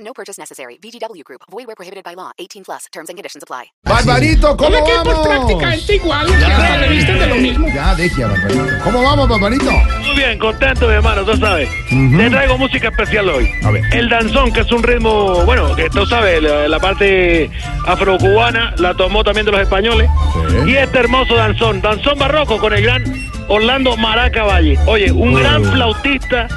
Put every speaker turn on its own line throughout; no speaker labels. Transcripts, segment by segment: No purchase necessary. VGW Group. Void where prohibited by law. 18 plus. Terms and conditions apply.
Barbarito, ¿cómo
Hola, que
vamos?
pues prácticamente igual, ya. se revisten de lo mismo.
Ya, deje a Barbarito. ¿Cómo vamos, Barbarito?
Muy bien, contento, mi hermano, tú sabes. Te traigo música especial hoy.
A ver.
El danzón, que es un ritmo, bueno, que tú sabes, la, la parte afrocubana la tomó también de los españoles.
Sí.
Y este hermoso danzón, danzón barroco con el gran Orlando Maraca Valle. Oye, un gran flautista.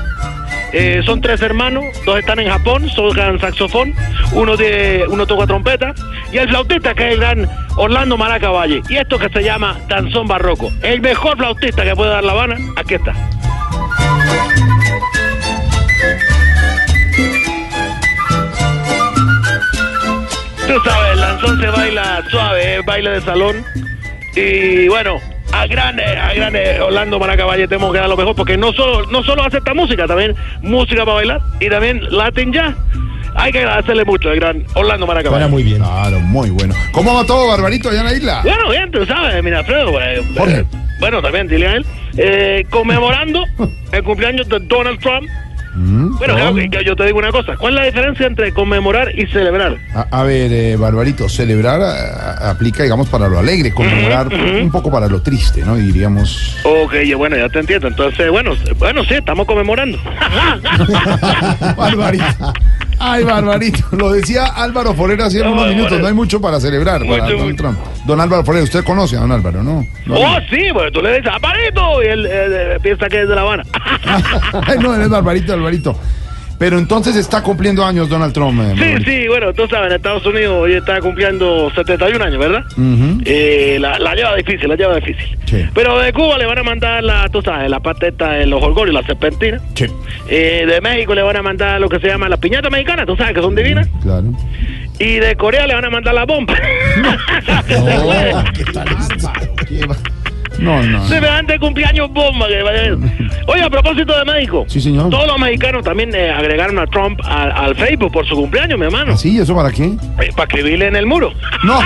eh, son tres hermanos, dos están en Japón, tocan saxofón, uno, de, uno toca trompeta, y el flautista que es el gran Orlando Maraca Valle. Y esto que se llama danzón barroco. El mejor flautista que puede dar La Habana, aquí está. Tú sabes, el lanzón se baila suave, es baile de salón. Y bueno, a grande, a grande Orlando Maracaballe tenemos que dar lo mejor porque no solo, no solo hace esta música, también música para bailar y también Latin Jazz. Hay que agradecerle mucho al gran Orlando Maracaballe.
muy bien. Claro, muy bueno. ¿Cómo va todo, Barbarito, allá en la isla?
Bueno, bien, tú sabes, mira, Alfredo. eh,
Jorge.
eh, bueno, también, dile a él. eh, conmemorando el cumpleaños de Donald Trump. Bueno, creo que- que yo te digo una cosa. ¿Cuál es la diferencia entre conmemorar y celebrar?
A, a ver, eh, Barbarito, celebrar a- a- aplica, digamos, para lo alegre, conmemorar un poco para lo triste, ¿no? Y diríamos...
Ok, yo, bueno, ya te entiendo. Entonces, bueno, s- bueno, sí, estamos conmemorando.
Barbarito. Ay, Barbarito. Lo decía Álvaro Forero hace
No,
unos minutos.
Barbarito.
No hay mucho para celebrar
Mucho,
para Donald
mucho.
Trump. Don Álvaro Forero, usted conoce a don Álvaro, ¿no? No,
oh, sí, pues tú le dices, aparito, y él, eh, piensa que es de La Habana.
Ay, no, eres Barbarito, Alvarito. Pero entonces está cumpliendo años Donald Trump. eh,
sí,
Barbarito.
sí, bueno, tú sabes, en Estados Unidos hoy está cumpliendo 71 años, ¿verdad?
Ujú.
Eh, la, la lleva difícil, la lleva difícil.
Sí.
Pero de Cuba le van a mandar, la, tú sabes, la parte esta, eh, los orgullos, la serpentina.
Sí.
Eh, de México le van a mandar lo que se llama las piñatas mexicanas, tú sabes que son divinas.
Claro.
Y de Corea le van a mandar la bomba. Que se puede.
Qué va- No, no. no.
Semejante cumpleaños bomba que vaya a haber. Oye, a propósito de México.
Sí, señor.
Todos los mexicanos también eh, agregaron a Trump al, al Facebook por su cumpleaños, mi hermano.
¿Así? ¿Eso para qué?
Eh, para escribirle en el muro.
No.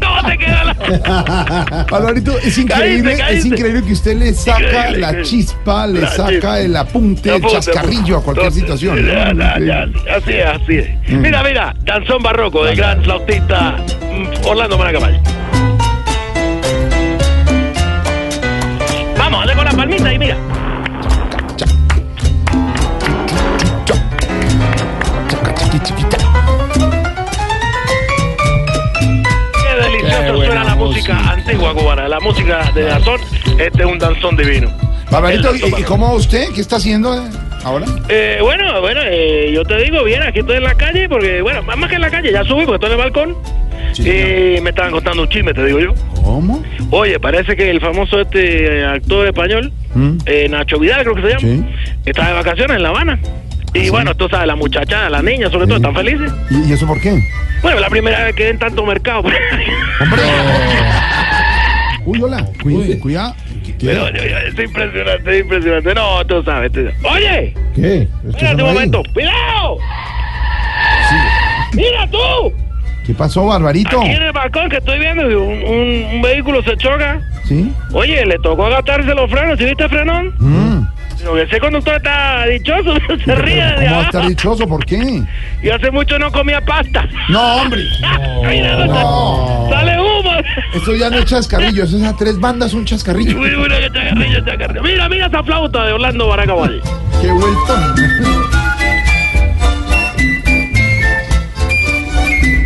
¿Cómo te queda la...
Alvarito, es increíble,
Cállate, cállate.
es increíble que usted le saca
Increíble,
la
increíble.
chispa, le
La
saca
chispa.
el apunte,
La
el
puta,
chascarrillo a cualquier
puta.
situación. Mm.
Ya, ya, ya. Así es, así es. Mira, mira, danzón barroco del gran flautista mm, Orlando Maracamal. Vamos, dale con la palmita y mira. Qué delicioso suena la música antigua cubana, la música de danzón. Este es un danzón divino.
Barbarito,
El
¿y,
danzón
y
barroco.
cómo va usted? ¿Qué está haciendo eh, ahora?
Eh, bueno, bueno, eh, yo te digo bien, aquí estoy en la calle, porque, bueno, más más que en la calle, ya subí porque estoy en el balcón.
Sí,
y me estaban contando un chisme, te digo yo.
¿Cómo?
Oye, parece que el famoso este eh, actor español,
Mm.
eh, Nacho Vidal, creo que se llama,
Sí. ¿Ah,
está de vacaciones en La Habana. Y bueno, tú sabes, la muchacha, la niña, sobre todo,
Sí.
están felices.
¿Y, y eso por qué?
Bueno, la primera vez que en tanto mercado.
¡Hombre! Uy, hola. Cuida, cuida. ¿Qué?
Pero, oye, oye, es impresionante, es impresionante. No, tú sabes. tú sabes. Oye,
¿Qué?
espérate un momento. ¡Cuidado! ¡Mira tú!
¿Qué pasó, Barbarito?
Aquí en el balcón que estoy viendo, un, un- un vehículo se choca.
¿Sí?
Oye, le tocó gastarse los frenos, ¿sí viste el frenón?
Mm.
Pero ese conductor está dichoso, se ríe de
¿Cómo va a estar
abajo.
dichoso? ¿Por qué?
Y hace mucho no comía pasta.
No, hombre.
Mira,
No.
Sale humo.
Esto ya no es chascarrillo. Eso es a tres bandas un chascarrillo.
Uy, mira, que te agarré, yo te agarré. Mira, mira esa flauta de Orlando Baracabal.
Qué vuelta.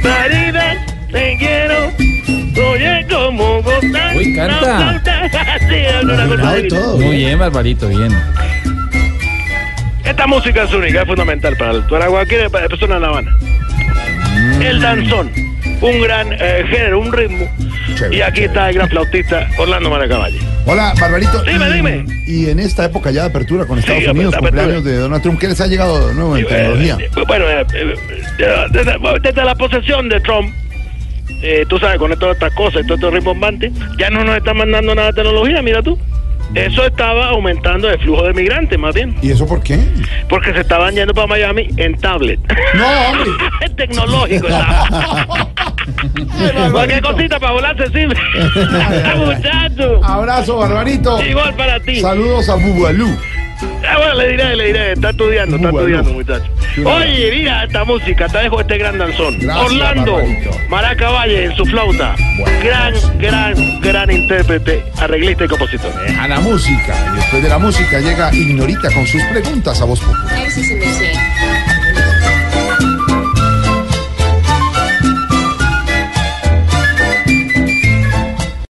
Marina, te quiero. Oye, como vos
Uy, canta.
Sí, habla una cosa bonita.
Muy bien, ¿eh? Barbarito, bien.
Esta música es única, es fundamental para, para cualquier persona en La Habana.
Mm.
El danzón, un gran eh, género, un ritmo.
Chévere,
y aquí está el gran flautista Orlando Maracaballe.
Hola, Barbarito.
Dime,
y,
dime.
Y en esta época ya de apertura con Estados
Sí,
Unidos,
apertura.
cumpleaños de Donald Trump, ¿qué les ha llegado de nuevo en tecnología?
Eh, eh, bueno, eh, eh, desde, desde la posesión de Trump, eh, tú sabes, con todas estas cosas y todo esto rimbombante, ya no nos están mandando nada de tecnología, mira tú. Eso estaba aumentando el flujo de migrantes, más bien,
¿Y eso por qué?
porque se estaban yendo para Miami en tablet.
No, hombre.
Tecnológico, estaba. Cualquier cosita para volarse sirve. Muchacho,
Abrazo, Barbarito.
igual para ti.
Saludos a Bubalú.
Ah, bueno, le diré, le diré, está estudiando, está
Muy bueno.
estudiando, muchacho. Oye, mira esta música, te dejo este gran danzón.
Gracias,
Orlando,
Barbarito.
Maraca Valle en su flauta.
Bueno.
Gran, gran, gran intérprete, arreglista y compositor.
A la música. Y después de la música llega Ignorita con sus preguntas a vos.
Ese se me sé.